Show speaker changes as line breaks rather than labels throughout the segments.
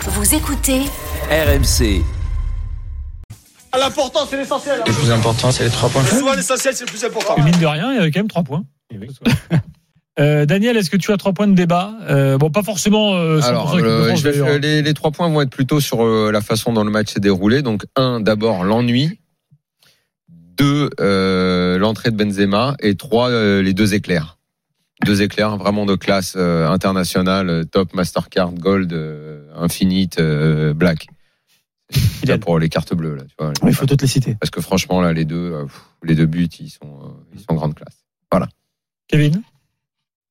Vous écoutez
RMC.
L'important, c'est l'essentiel.
Le plus important, c'est les trois points.
Souvent, l'essentiel, c'est le plus important.
Et mine de rien, il y avait quand même 3 points.
Eh
Euh, Daniel, est-ce que tu as 3 points de débat Euh, Bon, pas forcément. euh, 100%
Alors,
avec
le-
la France,
je vais-
d'ailleurs.
les, les trois points vont être plutôt sur euh, la façon dont le match s'est déroulé. Donc, un, d'abord l'ennui. Deux, euh, l'entrée de Benzema. Et trois, euh, les deux éclairs. Deux éclairs vraiment de classe euh, internationale, euh, top, Mastercard, Gold, euh, Infinite, euh, Black. C'est
Il a-
ça pour les cartes bleues, là, tu vois.
Il faut toutes les citer.
Parce que franchement, là, les deux, euh, pff, les deux buts, ils sont, euh, ils sont grande classe.
hein. Kevin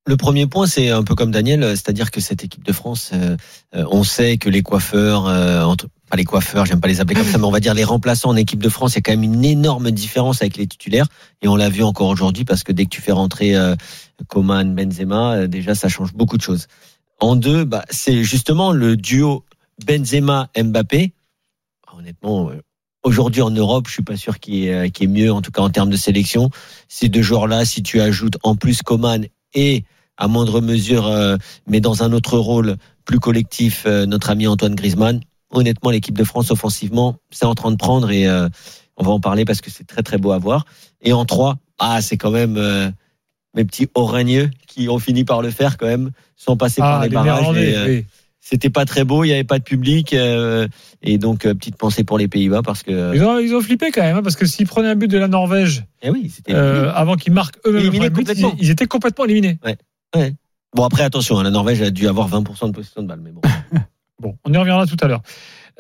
Le premier point, c'est un peu comme Daniel, euh, c'est-à-dire que cette équipe de France, euh, euh, on sait que les coiffeurs, euh, entre, pas les coiffeurs, j'aime pas les appeler comme ça, mais on va dire les remplaçants en équipe de France, il y a quand même une énorme différence avec les titulaires. Et on l'a vu encore aujourd'hui parce que dès que tu fais rentrer euh, Coman, Benzema, euh, déjà ça change beaucoup de choses. En deux, bah, c'est justement le duo Benzema-Mbappé. Honnêtement, euh, aujourd'hui en Europe, je suis pas sûr qu'il y, ait, euh, qu'il y ait mieux, en tout cas en termes de sélection. Ces deux joueurs-là, si tu ajoutes en plus Coman et à moindre mesure, euh, mais dans un autre rôle plus collectif, euh, notre ami Antoine Griezmann. Honnêtement, l'équipe de France offensivement, c'est en train de prendre et euh, on va en parler parce que c'est très très beau à voir. Et en trois, ah, c'est quand même euh, mes petits Oragneux qui ont fini par le faire quand même, sans passer par les, barrages.
Ah, Néerlandais,
Et, euh,
oui.
C'était pas très beau, il n'y avait pas de public euh, et donc euh, petite pensée pour les Pays-Bas parce que
ils, ont, ils ont flippé quand même, hein, parce que s'ils prenaient un but de la Norvège
eh oui, c'était
euh, avant qu'ils marquent eux-mêmes le
Éliminés
premier but,
complètement.
ils, ils étaient complètement éliminés.
bon après attention, hein, la Norvège a dû avoir 20% de possession de balle, mais bon.
Bon, on y reviendra tout à l'heure.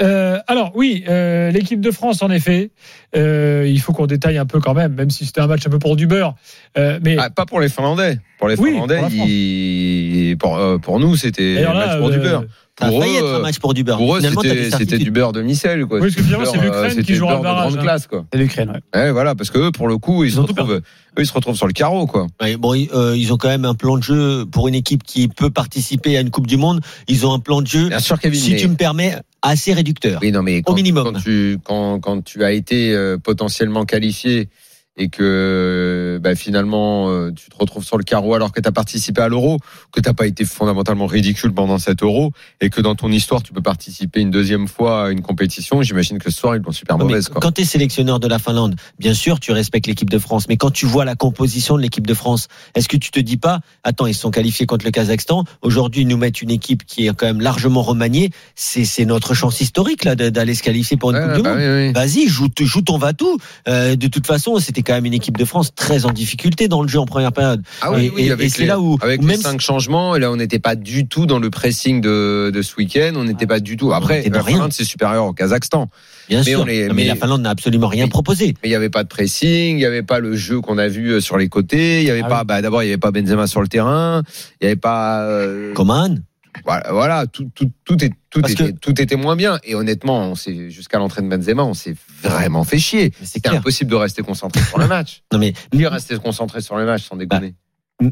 Euh, alors oui, euh, l'équipe de France en effet, euh, il faut qu'on détaille un peu quand même, même si c'était un match un peu pour du beurre. Euh, mais
Ah, pas pour les Finlandais. Pour les
Oui,
Finlandais,
pour la France.
ils- pour, euh, pour nous, c'était
d'ailleurs
un match
là,
pour du
euh,
beurre.
Ça a
Pour
failli
eux,
être un match pour du beurre.
Pour eux,
Finalement, t'as
c'était
des
c'était du
certitudes.
beurre de Micel. Quoi.
Oui, parce que
Du
finalement, c'est
beurre,
l'Ukraine
euh,
qui
c'était
joue en
du beurre de
barrage,
grande
hein.
classe, quoi.
C'est l'Ukraine,
Ouais, voilà, parce que eux, pour le coup, ils,
Ils
se
ont tout
retrouvent, eux, ils se retrouvent sur le carreau. Quoi.
Ouais, bon, ils, euh, ils ont quand même un plan de jeu pour une équipe qui peut participer à une Coupe du Monde. Ils ont un plan de jeu,
Bien sûr, Kevin.
si
mais-
tu me permets, assez réducteur.
Oui, non, mais quand,
minimum.
Quand tu, quand, quand tu as été euh, potentiellement qualifié et que bah, finalement euh, tu te retrouves sur le carreau alors que tu as participé à l'euro, que tu n'as pas été fondamentalement ridicule pendant cet euro et que dans ton histoire tu peux participer une deuxième fois à une compétition, j'imagine que ce soir ils l'ont super
Non, mais
mauvaise. Quoi.
quand tu es sélectionneur de la Finlande, bien sûr, tu respectes l'équipe de France. Mais quand tu vois la composition de l'équipe de France, est-ce que tu te dis pas, attends, ils se sont qualifiés contre le Kazakhstan. Aujourd'hui, ils nous mettent une équipe qui est quand même largement remaniée. C'est c'est notre chance historique là de- d'aller se qualifier pour une
Ouais,
Coupe du
bah
Monde.
oui, oui.
Vas-y, joue, joue ton va tout. de toute façon, c'était quand même une équipe de France très en difficulté dans le jeu en première période.
Ah oui,
Et-
oui,
et-
avec
et c'est
les,
là où-
avec
où
les
même
cinq changements, et là on n'était pas du tout dans le pressing de, de ce week-end, on n'était pas du tout. Après,
Ah. était dans
la
rien.
Finlande c'est supérieur au Kazakhstan,
Bien
Mais
sûr,
on les-
Non, mais,
mais-
la Finlande n'a absolument rien
Mais-
proposé.
mais il n'y avait pas de pressing, il n'y avait pas le jeu qu'on a vu euh, sur les côtés, il y avait
Ah
pas.
oui.
Bah, D'abord, il n'y avait pas Benzema sur le terrain, il n'y avait pas. euh,
Coman,
voilà, voilà, tout, tout, tout, est, tout,
Parce
était, tout était moins bien. Et honnêtement, on s'est- jusqu'à l'entrée de Benzema, on s'est vraiment fait chier.
mais c'est
C'était
clair.
impossible de rester concentré sur le match.
Non mais
Il rester concentré sur le match
Bah,
sans déconner.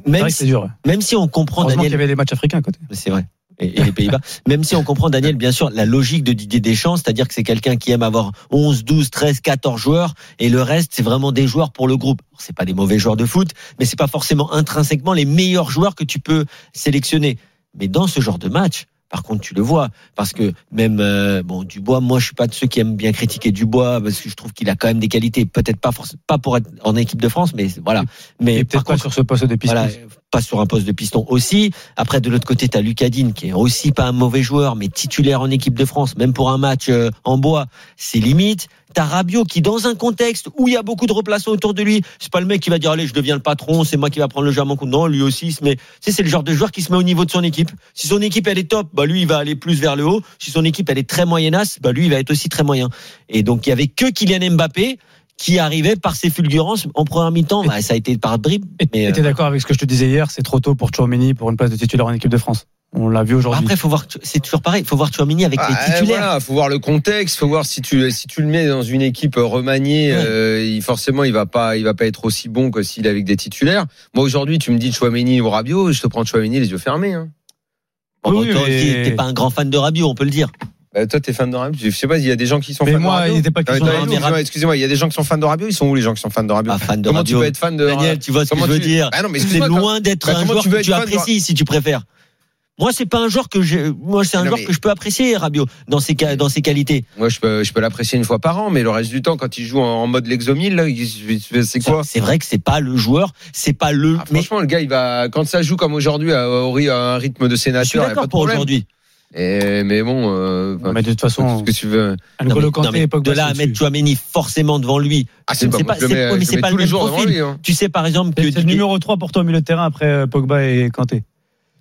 même si,
dur.
même si on comprend Daniel,
avait des matchs africains à côté.
Mais c'est vrai. Et, et les Pays-Bas. Même si on comprend, Daniel, bien sûr, la logique de Didier Deschamps, c'est-à-dire que c'est quelqu'un qui aime avoir 11, 12, 13, 14 joueurs, et le reste, c'est vraiment des joueurs pour le groupe. C'est pas des mauvais joueurs de foot, mais c'est pas forcément intrinsèquement les meilleurs joueurs que tu peux sélectionner. Mais dans ce genre de match, par contre, tu le vois, parce que même euh, bon Dubois, moi je suis pas de ceux qui aiment bien critiquer Dubois parce que je trouve qu'il a quand même des qualités, peut-être pas forc- pas pour être en équipe de France, mais voilà. Mais par contre,
sur ce poste de
voilà, pas sur un poste de piston aussi. Après, de l'autre côté, tu as Lucadine, qui est aussi pas un mauvais joueur, mais titulaire en équipe de France, même pour un match euh, en bois, c'est limite. T'as Rabiot qui, dans un contexte où il y a beaucoup de replaçants autour de lui, c'est pas le mec qui va dire allez, je deviens le patron, c'est moi qui va prendre le jeu à mon compte. Non, lui aussi, il se met. Tu sais, c'est le genre de joueur qui se met au niveau de son équipe. Si son équipe elle est top, bah lui il va aller plus vers le haut. Si son équipe elle est très moyenasse, bah lui il va être aussi très moyen. Et donc il y avait que Kylian Mbappé qui arrivait par ses fulgurances en première mi-temps. Bah, ça a été par dribble.
Et
mais,
t'es
euh,
d'accord avec ce que je te disais hier, c'est trop tôt pour Chouameni pour une place de titulaire en équipe de France.
On l'a vu aujourd'hui.
Après, faut voir, c'est toujours pareil. Faut voir Chouamini avec
Ah,
les
eh,
titulaires.
voilà, faut voir le contexte, faut voir si tu si tu le mets dans une équipe remaniée,
Ouais.
euh, il, forcément il va pas il va pas être aussi bon que s'il est avec des titulaires. Moi aujourd'hui tu me dis Chouameni ou Rabiot, je te prends Chouameni les yeux fermés. Hein.
Bon,
Oui,
toi aussi,
mais-
t'es pas un grand fan de Rabiot, on peut le dire.
Bah, toi t'es fan de Rabiot, je sais pas, il y a des gens qui sont
Mais
fans de
moi,
Rabiot.
il n'était pas
Ah, mais
question
attendez,
Non, mais
excusez-moi,
Rabiot-
Excusez-moi, il y a des gens qui sont fans de Rabiot, ils sont où les gens qui sont fans de Rabiot
Pas fan Ah, de
Comment
Rabiot.
tu peux être fan de
Daniel, tu vois ce que je
Comment
veux
tu-
dire
Ah non, mais
C'est
excuse-moi,
loin d'être
Bah,
un
comment
joueur
tu veux
que
être
tu
fan de-
apprécies, si tu préfères. Moi, c'est pas un joueur que j'ai. Moi, c'est un
Non,
joueur
mais-
que je peux apprécier, Rabiot, dans ses ca- dans ses qualités.
Moi, je peux, je peux l'apprécier une fois par an, mais le reste du temps, quand il joue en, en mode l'exomile, là, il- c'est quoi
C'est vrai que c'est pas le joueur, c'est pas le.
Ah,
mais
Franchement, le gars, il va quand ça joue comme aujourd'hui à, au ry- à un rythme de
je suis
sénateur. il y a pas
d'accord
de
pour
problème.
aujourd'hui.
Et- mais bon, euh,
Non, mais de toute
enfin,
façon,
ce que tu veux.
Non, mais-
N'Golo
non,
Kanté,
mais
époque
De là à
Bassou,
mettre Chouameni forcément devant lui.
Ah,
je ne sais
moi,
pas,
je le
c'est-
mets-
ouais, mais
je
c'est
mets
pas
tous
le
les
même
jours devant
profil.
lui, hein.
Tu sais par exemple que
C'est c'est le numéro 3 pour toi au milieu de terrain après euh, Pogba et Kanté.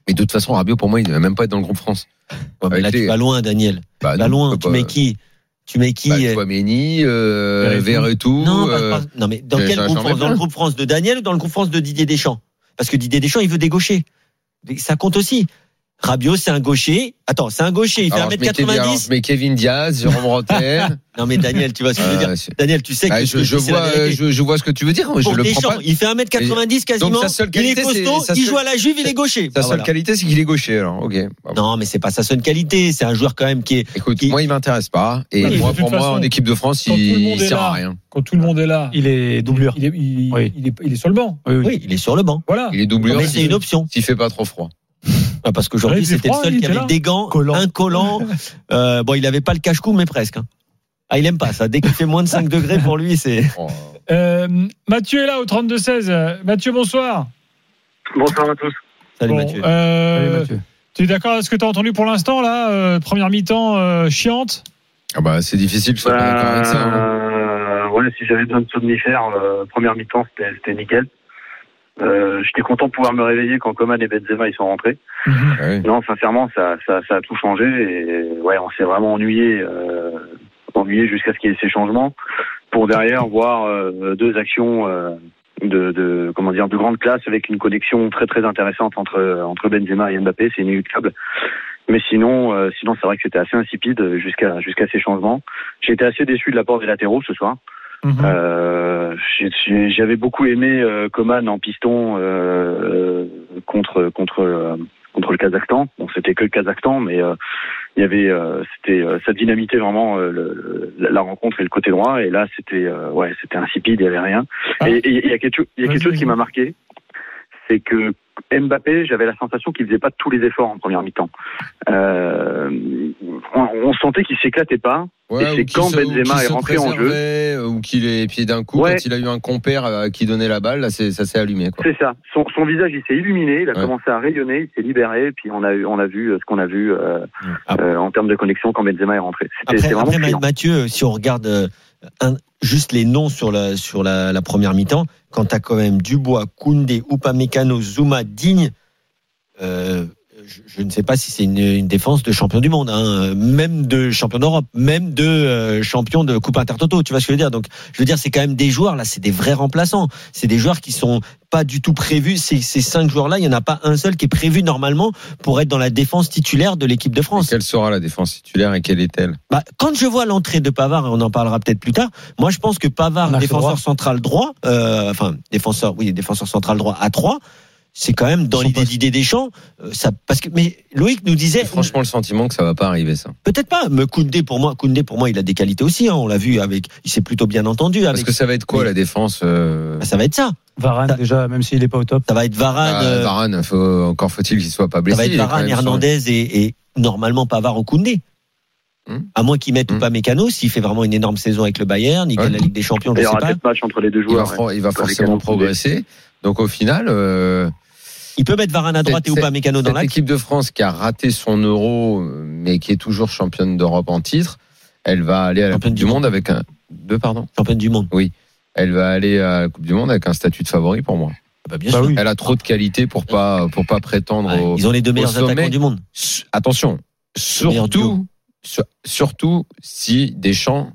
Mais de toute façon, Rabiot, pour moi, il ne va même pas être dans le groupe France.
Ouais, Oh, mais là
Avec
tu
les-
vas loin Daniel.
Bah,
Tu vas
non,
loin,
on
tu
peut
mets
pas-
qui Tu mets qui
bah,
euh,
Chouameni, euh, Verretou.
Non, bah, pas-
euh,
pas- non, mais dans
euh,
quel
j'en-
groupe
j'en mets
France Dans
plein.
le groupe France de Daniel ou dans le groupe France de Didier Deschamps Parce que Didier Deschamps, il veut des gauchers. Mais Ça compte aussi. Rabiot, c'est un gaucher. Attends, c'est un gaucher, il fait
alors, je mets Kevin- alors, je
1m90.
mets Kevin Diaz, Jérôme Rotten.
Non, mais Daniel, tu vois ce que je veux dire.
Euh, c'est-
Daniel, tu sais que
Ah,
ce que
je, je
dis, c'est la
vois,
vérité.
je, je vois ce que tu veux dire. Je
Pour
le prends
Deschamps,
pas.
il fait 1m90 quasiment.
sa seule qualité,
il est
c'est-
costaud,
sa
il
seule-
joue à la juve, il est gaucher.
Sa
Bah,
seule
voilà.
qualité, c'est qu'il est gaucher. Alors, ok. Bah,
Non, mais c'est pas sa seule qualité. C'est un joueur quand même qui est.
Écoute,
Qui-
moi, il m'intéresse pas. Et
Oui,
moi,
de toute
pour moi,
façon,
en équipe de France,
quand tout le
il,
monde
il
est
sert à
là.
rien.
Quand tout le monde est là,
Il est doublure.
il est, il-
Oui.
il est, il est sur le banc.
Oui, il est sur le banc.
Voilà.
Il est doublure.
Mais c'est une option.
S'il fait pas trop froid.
Ah, Parce
Ouais,
qu'aujourd'hui,
il fait
c'était le
froid,
seul
il
qui
était
avait
là.
des gants,
Collant.
un collant. Euh, bon, il avait pas le cache-cou, mais presque. hein. Ah, il aime pas ça. Dès qu'il fait moins de 5 degrés pour lui, c'est.
Oh.
Euh, Mathieu est là au 32-16. Euh, Mathieu, bonsoir.
Bonsoir à tous.
Salut
Bon,
Mathieu.
euh,
Allez, Mathieu.
tu es d'accord avec ce que tu as entendu pour l'instant, là euh, Première mi-temps euh, chiante.
Ah bah, c'est difficile. sur le terrain comme ça, hein.
Euh, ouais, si j'avais besoin de somnifère, euh, première mi-temps, c'était c'était nickel. Euh, J'étais content de pouvoir me réveiller quand Coman et Benzema ils sont rentrés.
Mhm,
Ah oui.
Non, sincèrement, ça, ça, ça a tout changé et ouais, on s'est vraiment ennuyé, euh, ennuyé jusqu'à ce qu'il y ait ces changements pour derrière voir euh, deux actions euh, de, de comment dire de grande classe avec une connexion très très intéressante entre entre Benzema et Mbappé, c'est inéluctable. Mais sinon, euh, sinon c'est vrai que c'était assez insipide jusqu'à jusqu'à ces changements. J'ai été assez déçu de l'apport des latéraux ce soir.
Mhm.
mhm.
Euh, j'ai- j'ai- J'avais beaucoup aimé euh, Coman en piston euh, euh, contre contre euh, contre le Kazakhstan. Bon, c'était que le Kazakhstan, mais euh, il y avait euh, c'était euh, ça dynamitait vraiment euh, le- le- la rencontre et le côté droit. Et là, c'était euh, ouais, c'était insipide, il y avait rien.
Ah.
Et et il y a quelque chose, il y a quelque
Vas-y,
chose qui
vas-y.
m'a marqué, c'est que Mbappé, j'avais la sensation qu'il faisait pas tous les efforts en première mi-temps. Euh, on, on sentait qu'il s'éclatait pas.
Ouais,
Et
ou
c'est
qu'il
quand
se- ou
Benzema
qu'il
est
se
rentré en jeu.
préservait, Ou qu'il est pied d'un coup,
Ouais.
quand il a eu un compère euh, qui donnait la balle, là, c'est- ça s'est allumé. Quoi.
C'est ça. Son, son visage, il s'est illuminé, il a
Ouais.
commencé à rayonner, il s'est libéré, puis on a, eu- on a vu euh, ce qu'on a vu euh,
Après-
euh, en termes de connexion quand Benzema est rentré. C'était
Après,
c'était vraiment
après, Ma-
criant.
Mathieu, si on regarde euh, un- juste les noms sur la, sur la, la première mi-temps, quand t'as quand même Dubois, Koundé, Upamecano, Zuma, Digne, euh, je, je ne sais pas si c'est une, une défense de champion du monde, hein, euh, même de champion d'Europe, même de euh, champion de Coupe Intertoto, tu vois ce que je veux dire Donc, je veux dire, c'est quand même des joueurs, là, c'est des vrais remplaçants. C'est des joueurs qui sont pas du tout prévus. Ces, ces cinq joueurs-là, il n'y en a pas un seul qui est prévu normalement pour être dans la défense titulaire de l'équipe de
Et
France.
Quelle sera la défense titulaire et quelle est-elle
Bah, quand je vois l'entrée de Pavard, et on en parlera peut-être plus tard, moi je pense que Pavard,
On a fait
défenseur
droit.
central droit, euh, enfin défenseur, oui, défenseur central droit à 3 c'est quand même dans
Son
l'idée
poste.
d'idée des champs. euh, ça, parce que, mais Ah, Loïc nous disait,
J'ai Franchement, le sentiment que ça va pas arriver, ça.
peut-être pas, mais Koundé pour moi, Koundé pour moi, il a des qualités aussi. hein, on l'a vu avec, il s'est plutôt bien entendu
Parce
avec.
que ça va être quoi,
Mais-
la défense euh,
Bah, ça va être ça.
Varane,
Ça-
déjà, même s'il n'est pas au top.
Ça va être Varane,
euh,
euh,
Varane, faut- encore faut-il qu'il soit pas
ça
blessé.
va être
il est quand
Varane,
même sur-
Hernandez et, et normalement Pavard au Koundé.
Hum.
À moins qu'il mette
Hum.
ou pas Mécano, s'il fait vraiment une énorme saison avec le Bayern, il gagne
Ouais.
la Ligue des Champions,
Il
je
y
sais
aura
pas.
quatre matchs entre les deux
Il va,
joueurs.
for- il va
Avec
forcément
Alonso.
progresser. Donc au final, euh,
Il peut mettre Varane à droite et
C'est-
ou pas Mécano dans
cette
l'axe.
équipe de France qui a raté son euro, mais qui est toujours championne d'Europe en titre, elle va aller à la
Championne
Coupe
du
du Monde avec un... Deux, pardon
championne du monde.
Elle va aller à la Coupe du Monde avec un statut de favori pour moi.
Bah, bien
Bah
sûr.
oui.
Elle a trop de qualité pour pas pour pas prétendre.
Ouais,
au-
ils ont les deux meilleurs
sommet.
attaquants du monde.
S- Attention,
meilleur duo.
surtout sur- surtout si Deschamps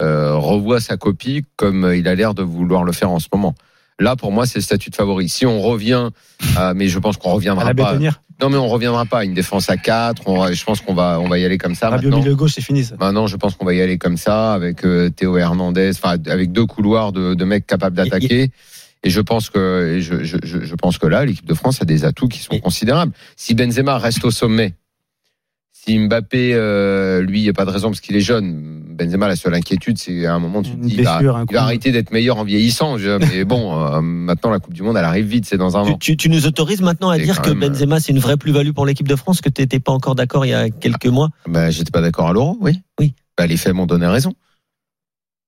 euh, revoit sa copie comme euh, il a l'air de vouloir le faire en ce moment. Là, pour moi, c'est le statut de favori. Si on revient, à- mais je pense qu'on
À
reviendra
la
pas.
bétonnière.
Non, mais on reviendra pas à une défense à 4. On- je pense qu'on va, on va y aller comme ça
Rabiot
maintenant.
milieu gauche, c'est fini ça.
Maintenant, Ben je pense qu'on va y aller comme ça, avec euh, Théo Hernandez, enfin, avec deux couloirs de, de mecs capables
Il-
d'attaquer. Et je pense que, et je, je, je je pense que là, l'équipe de France a des atouts qui sont
Et-
considérables. Si Benzema reste au sommet, si Mbappé, euh, lui, il n'y a pas de raison parce qu'il est jeune. Benzema, la seule inquiétude, c'est à un moment, tu te
Une
dis, il va,
blessure, un
il va
coup.
arrêter d'être meilleur en vieillissant. Je- Mais bon, euh, maintenant, la Coupe du Monde, elle arrive vite, c'est dans un
Tu,
an.
tu- tu nous autorises maintenant à
C'est
dire
quand
que
même, euh,
Benzema c'est une vraie plus-value pour l'équipe de France que tu n'étais pas encore d'accord il y a quelques mois.
Bah, j'étais pas d'accord à l'Euro, oui.
Oui.
Bah, les faits m'ont donné raison.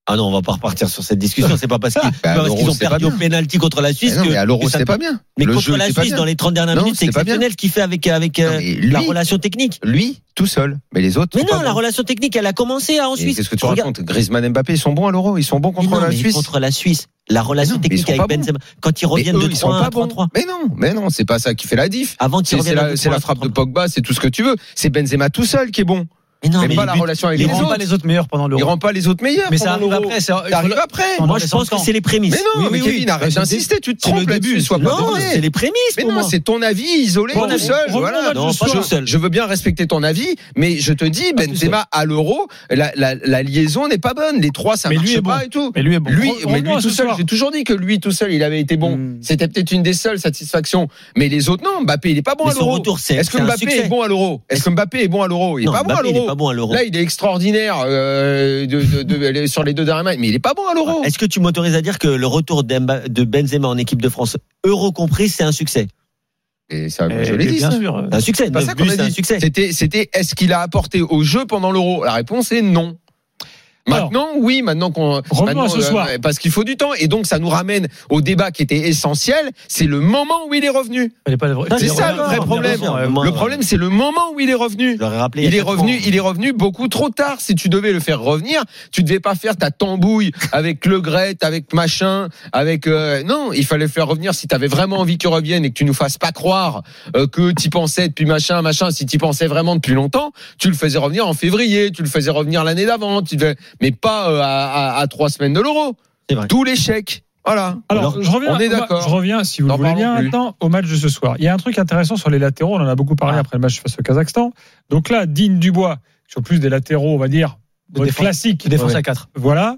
Ah non, on va pas repartir sur cette discussion. C'est pas parce qu'ils
Bah,
pas parce
l'Euro,
qu'ils ont
c'est pas
perdu au
bien.
penalty contre la Suisse
Mais non,
que
mais à l'Euro,
que ça-
c'était pas bien.
Mais
Le
contre
jeu
la
était pas
Suisse
bien.
dans les 30 dernières
Non,
minutes, c'est
c'était pas bien.
exceptionnel ce qu'il fait avec avec euh,
Non, mais
la
lui-
relation technique.
Lui, tout seul. Mais les autres.
Mais
sont
non,
pas
la
bons.
relation technique, elle a commencé hein, en
Et
Suisse.
Qu'est-ce que tu
Regarde-
racontes Griezmann et Mbappé, ils sont bons à l'Euro. Ils sont bons contre
Mais non,
la
mais
Suisse.
contre la Suisse, la relation
non, mais ils
technique
sont
avec
pas bons.
Benzema, quand ils
Mais
reviennent
eux,
de
ils sont
3
pas
à
bons.
3
Mais non, mais non, c'est pas ça qui fait la diff.
avant qu'ils
C'est c'est
reviennent
la, c'est la frappe de Pogba, c'est tout ce que tu veux. C'est Benzema tout seul qui est bon.
Mais non,
mais,
mais
pas
les
la
buts-
relation avec
Il
les,
rend pas
autres.
les autres meilleurs pendant
Il
l'Euro.
rend pas les autres meilleurs.
Mais ça
pendant
arrive
l'Euro.
après. c'est-
T'arrives après.
Non,
moi
mais
je
c'est
pense que
longtemps.
c'est les prémices.
Mais non,
Oui,
mais
oui, oui.
Kevin, arrête
Mais
d'insister. Tu te
c'est le
trompes là-dessus.
début,
Sois
c'est le
pas
début.
Non,
donné.
c'est les prémices
Mais
pour
non,
moi.
c'est ton avis isolé,
Bon,
tout seul.
revenons
Voilà.
au match
Non,
de ce
pas
soir.
tout seul.
Je veux bien respecter ton avis, mais je te dis,
Pas tout
Benzema à l'euro, la, la- la liaison n'est pas bonne. Les trois, ça
Mais lui
marche
est
pas
bon.
et tout.
Mais lui est bon.
Lui,
Revenons
mais lui
à ce
tout seul,
soir.
j'ai toujours dit que lui tout seul, il avait été bon.
Mm.
C'était peut-être une des seules satisfactions. Mais les autres, non. Mbappé, il est pas bon
Mais
à
son
l'euro.
retour, c'est
Est-ce que
c'est un
Mbappé
succès.
est bon à l'euro Est-ce que Mbappé est bon à l'euro Il est
Non,
pas bon à
Mbappé, il est
l'euro.
pas bon à l'euro.
Là, il est extraordinaire euh, de- de- de- sur les deux derniers matchs, mais il est pas bon à l'euro.
Ah, Est-ce que tu m'autorises à dire que le retour d'Emba- de Benzema en équipe de France, euro compris, c'est un succès
Et ça,
Eh,
je l'ai dit.
bien
ça.
sûr.
Un succès,
C'est pas
neuf
ça
buts,
qu'on a
c'est un
dit.
succès.
C'était, c'était, est-ce qu'il a apporté au jeu pendant l'euro La réponse est non.
Alors,
Maintenant, oui, maintenant qu'on.
revenons
maintenant, euh,
à ce soir.
Parce qu'il faut du temps. Et donc, ça nous ramène au débat qui était essentiel. C'est le moment où il est revenu.
Elle est pas la vraie- elle
C'est
est
ça,
revenue.
le vrai
Elle est
problème.
revenue, ouais.
Moi,
le
ouais.
problème, c'est le moment où il est revenu.
Je l'aurais rappelé.
Il
y
est
a quatre
revenu,
ans.
il est revenu beaucoup trop tard. Si tu devais le faire revenir, tu devais pas faire ta tambouille avec Le Gret, avec machin, avec euh, non, il fallait le faire revenir si tu avais vraiment envie qu'il revienne et que tu nous fasses pas croire euh, que t'y pensais depuis machin, machin. Si t'y pensais vraiment depuis longtemps, tu le faisais revenir en février, tu le faisais revenir l'année d'avant, tu devais- mais pas euh, à, à- à trois semaines de l'Euro.
C'est vrai.
D'où l'échec. Voilà.
Alors, je reviens,
on est
au ma-
d'accord.
je reviens, si vous
N'en
le voulez
parlons
bien,
plus.
maintenant au match de ce soir. Il y a un truc intéressant sur les latéraux, on en a beaucoup
Ah.
parlé après le match face au Kazakhstan. Donc là, Digne Dubois, sur plus des latéraux, on va dire,
De
mode
défense.
classique.
Défense
Ouais.
à 4.
Voilà.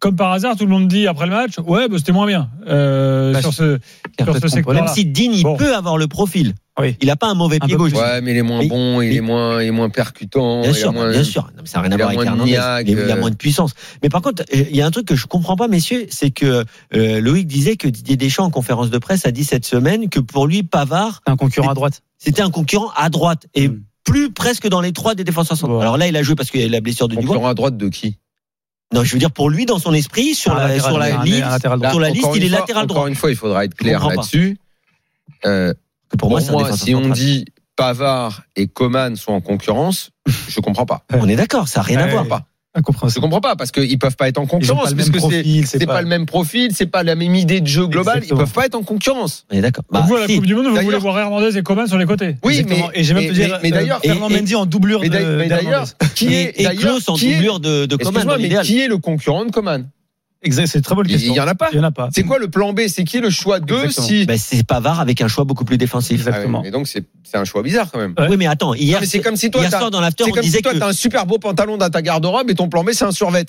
Comme par hasard, tout le monde dit après le match, ouais, bah, c'était moins bien. Euh,
Bah,
sur ce, sur ce secteur.
Même si Digne, il
Bon.
peut avoir le profil.
Oui.
Il n'a pas un mauvais
Un
pied
peu
gauche.
plus.
Ouais, mais il est moins
Mais-
bon, il
mais-
est moins, il est moins percutant,
Bien
il a
sûr,
moins-
bien sûr. Non, mais ça n'a rien
il
à
a
voir avec
moins de
Hernandez.
niaque,
il y a
euh.
moins de puissance. Mais par contre, euh, il y a un truc que je comprends pas, messieurs, c'est que euh, Loïc disait que Didier Deschamps, en conférence de presse, a dit cette semaine que pour lui, Pavard,
Un concurrent à droite.
c'était un concurrent à droite et
Hmm.
Mm.
plus presque dans les trois des défenseurs centraux.
Bon.
Alors là, il a joué parce qu'il y a eu la blessure de Dubois.
Concurrent à droite de qui
Non, je veux dire pour lui, dans son esprit, sur
Un
Ah,
la
latéral
sur
droit,
la
un-
liste,
un latéral droit.
sur la
Encore
liste,
une
il est
fois-
latéral
Encore
droit.
une fois, il faudra être clair
comprends pas.
là-dessus. Euh,
Que Pour
pour
moi,
moi,
c'est un défenseur
si on
central.
dit Pavard et Coman sont en concurrence, je comprends pas.
on est d'accord, ça n'a rien à
Ouais.
voir.
Je comprends pas. Je
Incompréhensible.
comprends pas parce qu'ils peuvent pas être en
Ils ont
concurrence
pas le même
puisque c'est
profil,
c'est pas le même profil, c'est pas la même idée de jeu global.
Exactement.
Ils peuvent pas être en concurrence.
On est d'accord.
Donc
Bah,
vous, à la
si.
Coupe du Monde, vous
D'ailleurs-
voulez voir Hernandez et Coman sur les côtés.
Oui,
Exactement.
mais
et j'ai même
mais-
pu dire
mais- mais d'ailleurs,
euh, Fernand
et-
Mendy en doublure
mais
de-
d'ailleurs- mais
d'Hernandez.
d'ailleurs, qui est
Et, et
d'ailleurs
Klose en
qui est-
doublure de, de Coman dans
Excuse-moi, mais
l'idéal.
qui est le concurrent de Coman
Exact, c'est une très bonne
Il
question.
y en a pas.
Il y en a pas.
C'est quoi le plan B C'est qui le choix 2
Exactement.
si
Bah, c'est Pavard avec un choix beaucoup plus défensif.
Ah ouais,
Exactement.
mais donc c'est c'est un choix bizarre quand même.
Ouais.
Oui, mais attends,
Non,
hier,
mais c'est comme si toi
hier
t'as
soir dans l'after,
c'est
on
comme si
disait
toi
que
t'as un super beau pantalon dans ta garde-robe et ton plan B c'est un survêt.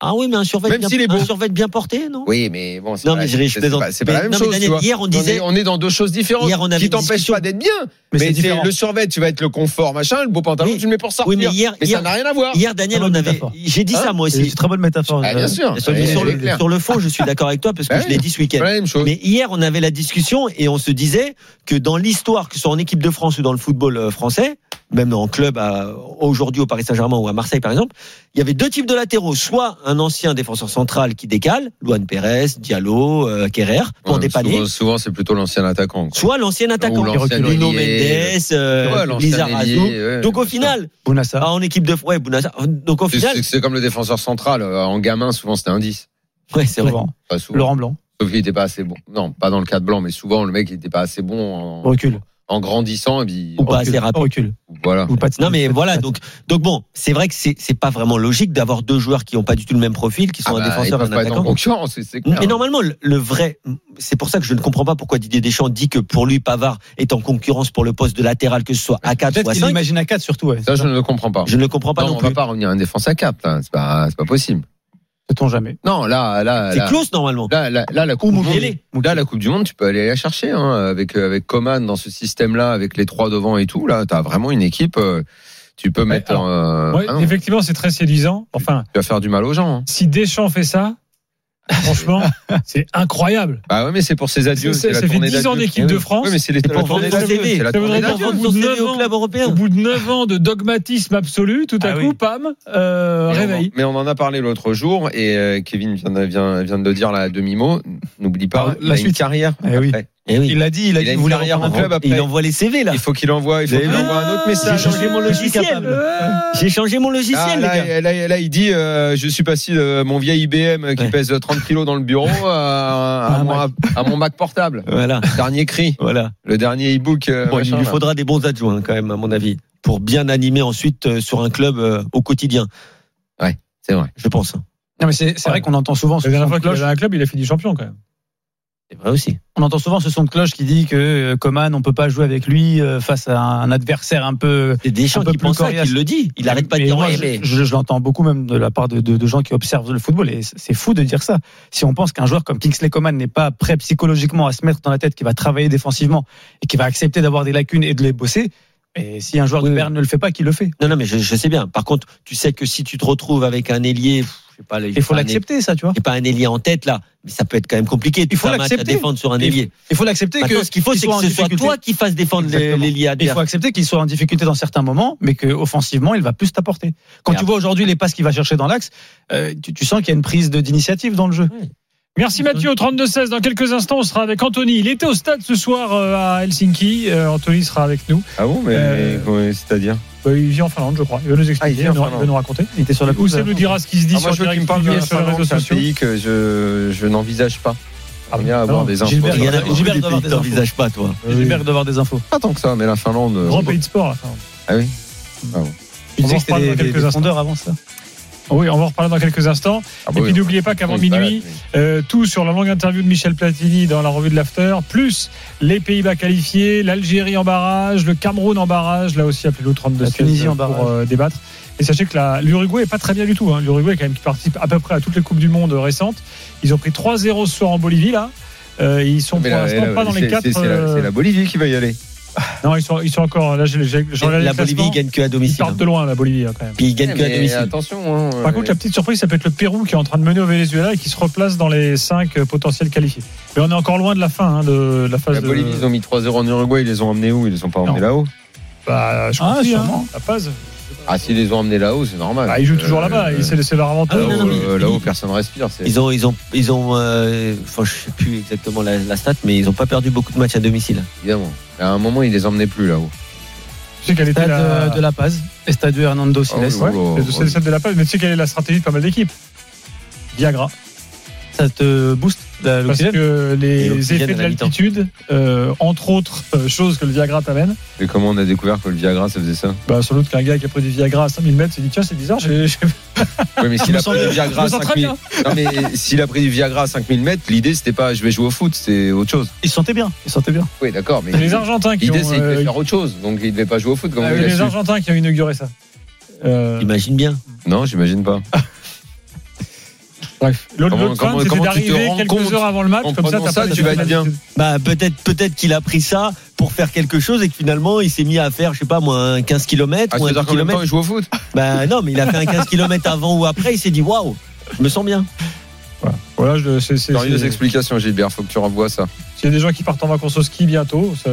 ah oui, mais un survêt
Même
bien,
s'il est beau.
un survêt bien porté, non
Oui, mais bon, c'est
Non,
pas-
mais je- je
c'est- c'est
plaisante.
pas- c'est pas la
Mais-
même
non, mais
chose.
Daniel,
tu vois.
hier, on disait-
est, on est dans deux choses différentes
Hier, on avait
qui
une
t'empêchent
discussion.
pas d'être bien.
Mais c'est
Mais, t'es-
différent.
le survêt, tu vas être le confort, machin, le beau pantalon,
Oui.
tu le mets pour sortir.
Oui, mais hier- hier-
ça n'a rien à voir. Ah
Hier, Daniel,
Très
on
bonne
avait,
métaphore.
j'ai dit
Hein
ça moi
C'est une
aussi.
très bonne métaphore.
Ah, bien
Euh,
sûr.
Sur,
Ouais,
sur
c'est
le,
clair. Ben
sur le fond, je suis d'accord avec toi parce que
Ouais.
je l'ai dit ce
C'est
week-end.
pas la même chose.
Mais hier, on avait la discussion et on se disait que dans l'histoire, que ce soit en équipe de France ou dans le football euh, français, même en club à- aujourd'hui au Paris Saint-Germain ou à Marseille par exemple, il y avait deux types de latéraux. Soit un ancien défenseur central qui décale, Luan Pérez, Diallo, euh, Kerrer, pour
Ouais,
dépanner.
souvent- Souvent, c'est plutôt l'ancien attaquant. quoi.
Soit l'ancien attaquant,
l'ancien
Nuno
ailier.
Mendes, euh,
Ouais, l'ancien
Lizarazu.
ailier, ouais.
Donc au final,
Bounassa.
ah, en équipe de ouais, Bounassar. Donc au
C'est-
final,
c'est- c'est comme le défenseur central. euh, En gamin, souvent, c'était un 10.
ouais, c'est vrai.
Souvent.
Pas souvent.
Laurent Blanc.
Sauf qu'il n'était pas assez bon. Non, pas dans le cadre blanc, mais souvent, le mec, il n'était pas assez bon. en-
Recul.
en grandissant, et puis, oh,
Ou pas
Recul,
assez rapide.
Recul.
voilà.
Ou pas de-
Non mais
pas de-
voilà
pas de-
donc donc bon c'est vrai que c'est c'est pas vraiment logique d'avoir deux joueurs qui ont pas du tout le même profil qui sont
Ah
un
bah,
défenseur
ils
et
peuvent
un
pas être en
attaquant.
concurrence, c'est- c'est clair.
Mais normalement, le- le vrai, c'est pour ça que je ne comprends pas pourquoi Didier Deschamps dit que pour lui, Pavard est en concurrence pour le poste de latéral, que ce soit à 4 ou
Peut-être
à
qu'il
5.
imagine à 4 surtout. Ouais.
Ça, je ne le comprends pas.
Je ne le comprends pas
non,
non,
on
plus.
va pas revenir à une défense à 4, c'est pas, c'est pas possible.
Peut-on jamais.
Non, là, là,
C'est
là,
close normalement.
là, là, là, la
Ou
Coupe du Monde,
Moukielé.
là, la Coupe du Monde, tu peux aller la chercher, hein, avec, euh, avec Coman dans ce système-là, avec les trois devant et tout, là, t'as vraiment une équipe, euh, tu peux mettre,
alors,
euh,
Ouais,
ah non,
effectivement, c'est très séduisant. Enfin,
tu vas faire du mal aux gens, hein.
si Deschamps fait ça, franchement, c'est incroyable.
Bah ouais, mais c'est pour ses adieux,
C'est-
c'est
ça
la
fait
tournée
10 ans
d'adieu.
d'équipe de France.
Ouais, mais c'est les-
Et
la
pour
tournée
vendre son
d'adieu,
CV.
c'est la
Ça
tournée
voudrait
Pour
d'adieu.
dire-
vendre son
Neuf
CV au
ans.
club
Au
européen.
bout de 9 ans de dogmatisme absolu, tout à
Ah
coup,
oui.
pam,
Mais on
euh,
en-
réveil.
Mais on en a parlé l'autre jour et euh, Kevin vient de, vient, vient de le dire là à demi-mot. N'oublie pas,
Ah,
il
la
a une
suite.
carrière.
Eh oui.
après.
Eh oui.
Il l'a dit, il a dit
Il a
qu'il
une
voulait
carrière
reprendre
en
un
club
club.
après.
Il envoie les CV là.
Il faut qu'il envoie, il faut
Mais
qu'il
oui.
envoie un autre
Ah,
message.
J'ai changé mon logiciel. J'ai changé mon logiciel,
Ah,
les
là,
gars.
là, là, là, il dit euh, Je suis passé de mon vieil IBM qui
Ouais.
pèse 30 kilos dans le bureau à, à
Ah,
mon, à mon Mac portable.
Voilà,
Dernier cri,
voilà.
le dernier e-book. euh,
Bon, il
machin,
lui
là.
faudra des bons adjoints quand même, à mon avis, pour bien animer ensuite euh, sur un club euh, au quotidien,
C'est vrai.
je pense.
Non, mais c'est c'est vrai qu'on entend souvent ce
La dernière
son
fois
de
qu'il
cloche.
avait un club, il a fini champion quand même.
C'est vrai aussi.
On entend souvent ce son de cloche qui dit que euh, Coman, on peut pas jouer avec lui euh, face à un adversaire un peu
C'est Deschamps
Un peu
qui
plus
pense ça,
coriace.
qu'il le dit. Il arrête pas de
Mais
dire
moi,
ouais,
je-
mais-
Je, je l'entends beaucoup même de la part de, de- de gens qui observent le football et c'est- c'est fou de dire ça. Si on pense qu'un joueur comme Kingsley Coman n'est pas prêt psychologiquement à se mettre dans la tête, qui va travailler défensivement et qui va accepter d'avoir des lacunes et de les bosser, et si un joueur
Oui,
de
oui.
Berne ne le fait pas, qui le fait
Non, non, mais je, je sais bien. Par contre, tu sais que si tu te retrouves avec un ailier, pff, je sais pas,
Il faut l'accepter ça, tu vois.
Et pas un ailier en tête là, mais ça peut être quand même compliqué.
Il faut
T'as un match à
l'accepter.
défendre sur un
Et
ailier.
Il faut l'accepter
Maintenant,
que
ce qu'il faut,
qu'ils
c'est
soient
que
en
ce soit
difficulté.
toi qui fasses défendre les-
Exactement.
l'ailier
Et il faut
adverse.
accepter qu'il soit en difficulté dans certains moments, mais que offensivement, il va plus t'apporter. Quand
Et
tu vois aujourd'hui les passes qu'il va chercher dans l'axe, euh, tu, tu sens qu'il y a une prise de- d'initiative dans le jeu.
Merci Mathieu, au 32-16. Dans quelques instants, on sera avec Anthony. Il était au stade ce soir euh, à Helsinki. Euh, Anthony sera avec nous.
Ah bon, mais
Euh,
ouais, c'est-à-dire
Bah, il vit en Finlande, je crois. Il va nous
Ah, il
expliquer,
vit
il,
en
va,
Finlande.
il va nous raconter.
Il était sur la pousse.
Oussem nous dira ce qui se dit
Ah,
sur,
Moi, je veux
direct
qu'il me parle de la
Studio et sur les
Finlande,
réseaux
c'est un
sociaux.
pays que je, je n'envisage pas.
Ah
J'aimerais bien avoir
non,
des infos.
Gilbert,
sur
Il y en
la
a
Finlande.
Gilbert
beaucoup de
doit avoir
pays que
des
t'envisages pas, toi.
Gilbert doit avoir des infos.
Pas tant que ça, mais la Finlande. euh,
Grand
bon.
pays de sport. la Finlande.
Ah oui
Tu
On
disais
en
que
reparle
c'était
dans
des,
quelques
des
instants.
fondeurs avant ça.
Oui, on va en reparler dans quelques instants.
Ah
Et
bah oui,
puis
on-
n'oubliez pas qu'avant
on se balade,
minuit,
mais-
Euh, tout sur la longue interview de Michel Platini dans la revue de l'After, plus les Pays-Bas qualifiés, l'Algérie en barrage, le Cameroun en barrage, là aussi appelé au 32
La Tunisie en barrage.
pour euh, débattre. Et sachez que la- l'Uruguay est pas très bien du tout. Hein. L'Uruguay quand même qui participe à peu près à toutes les coupes du monde récentes. Ils ont pris 3-0 ce soir en Bolivie là. Euh, ils sont
Mais
pour
la-
l'instant
la-
pas dans les
c'est-
quatre.
c'est- C'est la,
euh,
c'est la Bolivie qui va y aller.
Non, ils sont, ils sont encore. Là, j'ai- j'ai- j'ai regardé
La
le
Bolivie
classement.
ils gagnent que à
Ils
domicile.
partent de loin la Bolivie hein, quand même.
Puis ils gagnent que à
Mais
domicile.
attention. hein,
Par
euh,
contre, la petite surprise, ça peut être le Pérou qui est en train de mener au Venezuela et qui se replace dans les 5 potentiels qualifiés. Mais on est encore loin de la fin hein, de, de la phase
la Bolivie,
de.
ils ont mis 3-0 en Uruguay, ils les ont emmenés où Ils les ont pas emmenés
Non.
là-haut
Bah, je
Ah,
pense que,
sûrement.
hein, la phase.
Ah, s'ils les ont emmenés là-haut, c'est normal.
Bah, ils jouent toujours
Euh,
là-bas. et C'est c'est leur avantage.
Ah oui, non,
Là-haut,
non, mais-
euh, là-haut, personne respire. c'est-
Ils ont, ils ont, ils ont. euh, Enfin, je sais plus exactement la, la stat, mais ils ont pas perdu beaucoup de matchs à domicile.
Évidemment. À un moment, ils les emmenaient plus là-haut.
Tu sais quelle était
Stade
la.
euh, de La Paz, Estadio Hernando Siles.
Ah oui,
Ouais,
Oh là,
c'est
oh
celle de la passe. Mais tu sais quelle est la stratégie de pas mal d'équipes Viagra.
Ça te booste la-
Parce
l'oxygène
que
Et
les
l'oxygène
effets
à
de
la mi-temps.
l'altitude, euh, entre autres euh, choses que le Viagra t'amène,
Et oh. comment on a découvert que le Viagra, ça faisait ça
bah, sans doute qu'un gars qui a pris du Viagra à 5000 mètres s'est dit tiens, c'est bizarre, j'ai- j'ai-
Oui, mais s'il a
sens
pris du
bien.
Viagra
Ah, Je
à
me sens très
5000 Non, mais s'il a pris du Viagra à 5000 mètres, l'idée, c'était pas je vais jouer au foot, c'est autre chose.
Ils se sentaient bien. Ils se sentaient bien.
Oui, d'accord, mais.
C'est les Argentins qui ont.
L'idée, c'est qu'il
euh,
devait faire autre chose. Donc, il devait pas jouer au foot comme
Ah
on
oui,
l'a
les
su.
Argentins qui ont inauguré ça. Euh,
Imagine bien.
Non, j'imagine pas.
bref, l'autre
Comment-
l'autre
comment-
femme, c'était
comment tu te
d'arriver
rends
quelques
compte
heures avant le match,
en
comme ça,
prenant
t'as
ça,
pas
tu vas être bien.
Bah peut-être, peut-être qu'il a pris ça pour faire quelque chose et que finalement il s'est mis à faire, je sais pas moi, un 15 km
Ah,
ou un 10
c'est-à-dire qu'en même temps,
km.
il joue au foot
Bah non, mais il a fait un 15 km avant ou après, il s'est dit waouh, je me sens bien.
Voilà, je- c'est- c'est-
Sérieuse
c'est-
explication, Gilbert, faut que tu revoies ça.
s'il y a des gens qui partent en vacances au ski bientôt, ça-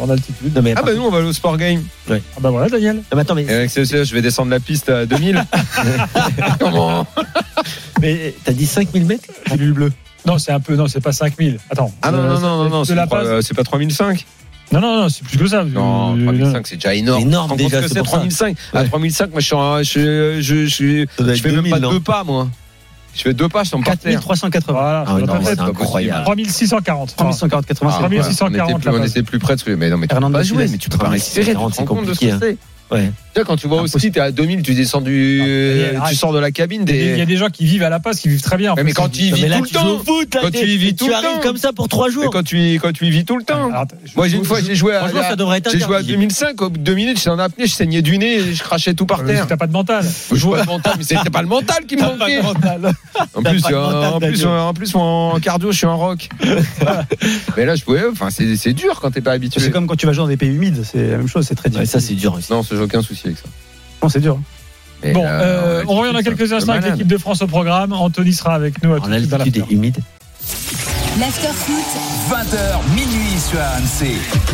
en altitude.
Non mais,
Ah, bah nous, on va aller au Sport Game.
Ah bah voilà, Daniel.
Non, mais attends, mais,
Et avec CEC, je vais descendre la piste à 2000. Comment
mais t'as dit 5000 mètres
Pilule bleue. Non, c'est un peu, non, c'est pas 5000. Attends.
Ah non,
Euh,
non, non, non, non,
de
c'est
la
pas,
base.
euh, c'est pas 3005.
Non, non, non, c'est plus que ça.
Non,
Euh,
3005, c'est déjà énorme.
C'est énorme
Tu te rends compte
déjà,
ce que
c'est
c'est
pour ça.
3005. À
Ouais.
3005, moi, je suis. en- Je, je, je, je,
Ça doit
je
être
fais même
2000,
pas
non
deux pas, moi. Je fais deux passes, on me par terre.
4380.
Voilà,
Ah ouais,
je
non,
me
mais c'est
répète.
incroyable.
3640.
3640, 87.
Ah,
Premier
voilà, on,
640,
était plus,
la
on
passe.
était plus près de ce- Mais non, mais tu peux
Hernando
pas
Siles,
jouer, mais tu peux pas
36,
respirer. Tu te
40,
rends
c'est
compte de ce
compliqué,
que c'est.
Ouais.
Tu sais, quand tu vois au ski, t'es à 2000, tu descends du.
Ah, mais arrête.
tu sors de la cabine
Il y a- il y
des.
a des gens qui vivent à la passe, qui vivent très bien. en
Ouais, mais
fait.
quand il
Non,
vit
mais là,
tout le
tu joues au
temps.
foot, là,
Quand
t'es-
tu y vis tout
tu
le
arrives
temps.
comme ça pour trois
Mais
jours.
quand tu y- quand tu y vis tout le temps.
Alors, Ah, attends, je-
Moi, j'ai une fois, j'ai joué à.
Franchement, ça devrait être
J'ai joué à
interdit.
2005, au bout de deux minutes, j'étais en apnée, je saignais du nez, et je crachais tout par
Parce que
terre.
euh, T'as pas de mental.
Je jouais pas de mental, mais c'était pas le mental qui me manquait. En
T'as
plus,
pas de
euh,
mental,
en, plus,
Daniel.
euh, en plus, en cardio, je suis un rock. mais là, je pouvais. Enfin, c'est c'est dur quand t'es pas
C'est
habitué.
comme quand tu vas jouer dans des pays humides, c'est la même chose, c'est très
Ouais,
difficile.
ça, c'est dur aussi.
Non, ça, j'ai aucun souci avec ça.
Non, c'est dur.
Mais,
Bon,
euh,
euh, on revient dans
altitude,
quelques
c'est un
instants
peu
avec
malade.
l'équipe de France au programme. Anthony sera avec nous à
Alors,
tout de suite dans
L'altitude
l'after.
est humide.
L'afterfoot
20h minuit sur AMC.